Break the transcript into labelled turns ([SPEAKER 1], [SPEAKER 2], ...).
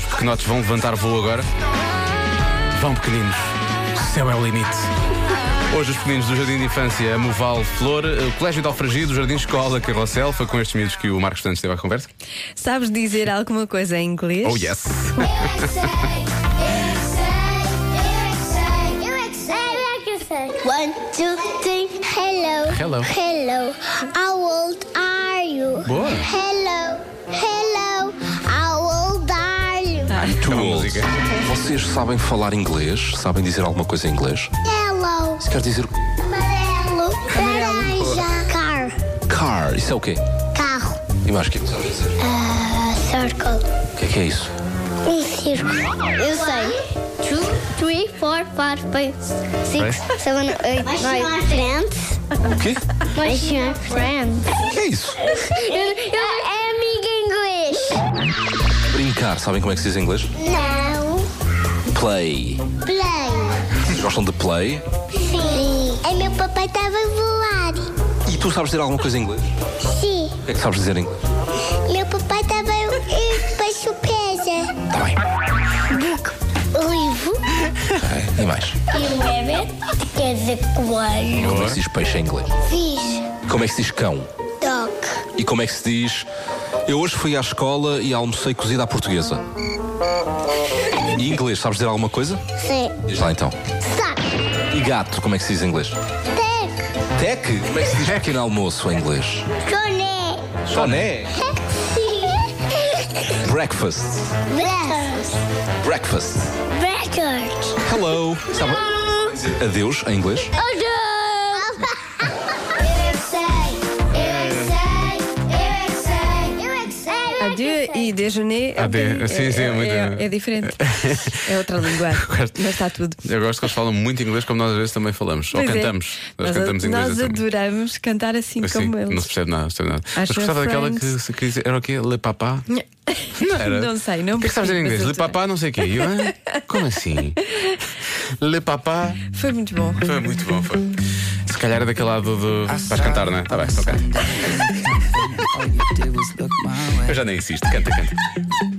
[SPEAKER 1] pequenotes vão levantar voo agora. Vão pequeninos. O céu é o limite. Hoje os pequeninos do Jardim de Infância, Moval Flor, o Colégio de Alfragido, o Jardim Escola, Carrossel, foi com estes miúdos que o Marcos Santos teve à conversa.
[SPEAKER 2] Sabes dizer alguma coisa em inglês?
[SPEAKER 1] Oh yes!
[SPEAKER 3] Eu é que sei, eu é que sei, eu é que sei, eu é que sei, eu é que sei. One, two, three, hello.
[SPEAKER 1] Hello.
[SPEAKER 3] Hello. How old are you?
[SPEAKER 1] Boa.
[SPEAKER 3] Hello. Hello. How old are you?
[SPEAKER 1] É
[SPEAKER 4] Too
[SPEAKER 1] uma
[SPEAKER 4] old.
[SPEAKER 1] música.
[SPEAKER 4] Vocês sabem falar inglês? Sabem dizer alguma coisa em inglês?
[SPEAKER 3] Hello.
[SPEAKER 4] Isso quer dizer
[SPEAKER 3] Amarelo. Laranja. Car.
[SPEAKER 4] car. Isso é o quê?
[SPEAKER 3] Carro.
[SPEAKER 4] E mais o que é que sabes dizer?
[SPEAKER 3] Ah, circle.
[SPEAKER 4] O que é que é isso?
[SPEAKER 3] Um círculo. Eu sei. Two, three, four, five, six, seven, eight, nine. Friends.
[SPEAKER 4] O quê?
[SPEAKER 3] What's your friend?
[SPEAKER 4] O que é isso?
[SPEAKER 3] É amigo inglês.
[SPEAKER 4] Brincar. Sabem como é que se diz em inglês?
[SPEAKER 3] Não.
[SPEAKER 4] Play.
[SPEAKER 3] Play.
[SPEAKER 4] Vocês gostam de play?
[SPEAKER 3] Sim. É meu papai estava a voar.
[SPEAKER 4] E tu sabes dizer alguma coisa em inglês?
[SPEAKER 3] Sim.
[SPEAKER 4] O que é que sabes dizer em inglês?
[SPEAKER 3] Meu papai estava a ir para surpresa.
[SPEAKER 4] Tá bem.
[SPEAKER 3] Book. Livro.
[SPEAKER 4] Ok. Ah, E mais?
[SPEAKER 3] E o rabbit. Quer dizer coelho.
[SPEAKER 4] Como é que se diz peixe em inglês?
[SPEAKER 3] Fiz.
[SPEAKER 4] Como é que se diz cão?
[SPEAKER 3] Dog.
[SPEAKER 4] E como é que se diz? Eu hoje fui à escola e almocei cozida à portuguesa. E em inglês, sabes dizer alguma coisa?
[SPEAKER 3] Sim.
[SPEAKER 4] Diz lá então.
[SPEAKER 3] Saco.
[SPEAKER 4] E gato, como é que se diz em inglês?
[SPEAKER 3] Tec.
[SPEAKER 4] Tec? Como é que se diz pequeno almoço em inglês?
[SPEAKER 3] Joné.
[SPEAKER 4] Soné.
[SPEAKER 3] né? Sim.
[SPEAKER 4] Breakfast.
[SPEAKER 3] Breakfast.
[SPEAKER 4] Breakfast.
[SPEAKER 3] Breakfast.
[SPEAKER 4] Hello. Sabe? Adeus em inglês?
[SPEAKER 3] Oh,
[SPEAKER 2] Adieu e déjeuner é,
[SPEAKER 1] Adieu.
[SPEAKER 2] bem-
[SPEAKER 1] Sim,
[SPEAKER 2] é-
[SPEAKER 1] sim, é muito-
[SPEAKER 2] é- é diferente. É outra língua.
[SPEAKER 1] Gosto.
[SPEAKER 2] Mas está tudo.
[SPEAKER 1] Eu gosto que eles falam muito inglês, como nós às vezes também falamos. Ou
[SPEAKER 2] Pois é.
[SPEAKER 1] cantamos. Nós,
[SPEAKER 2] Nós,
[SPEAKER 1] cantamos inglês.
[SPEAKER 2] nós
[SPEAKER 1] assim.
[SPEAKER 2] adoramos cantar assim
[SPEAKER 1] Assim,
[SPEAKER 2] como
[SPEAKER 1] não se
[SPEAKER 2] eles.
[SPEAKER 1] percebe nada, não se percebe nada. Mas
[SPEAKER 2] Acha
[SPEAKER 1] gostava daquela
[SPEAKER 2] Friends?
[SPEAKER 1] que, que dizia- era o quê? Le papá? Não era?
[SPEAKER 2] Não sei, não
[SPEAKER 1] O que é que sabes dizer em
[SPEAKER 2] percebi, mas
[SPEAKER 1] inglês? Le
[SPEAKER 2] adorei.
[SPEAKER 1] papá, não sei o quê. E Eu, "Hã? como assim? Le papá.
[SPEAKER 2] Foi muito bom.
[SPEAKER 1] Foi muito bom, foi. Se calhar é daquele lado do. Vais cantar, não é? Tá bem, ok. Eu já nem insisto, canta, canta.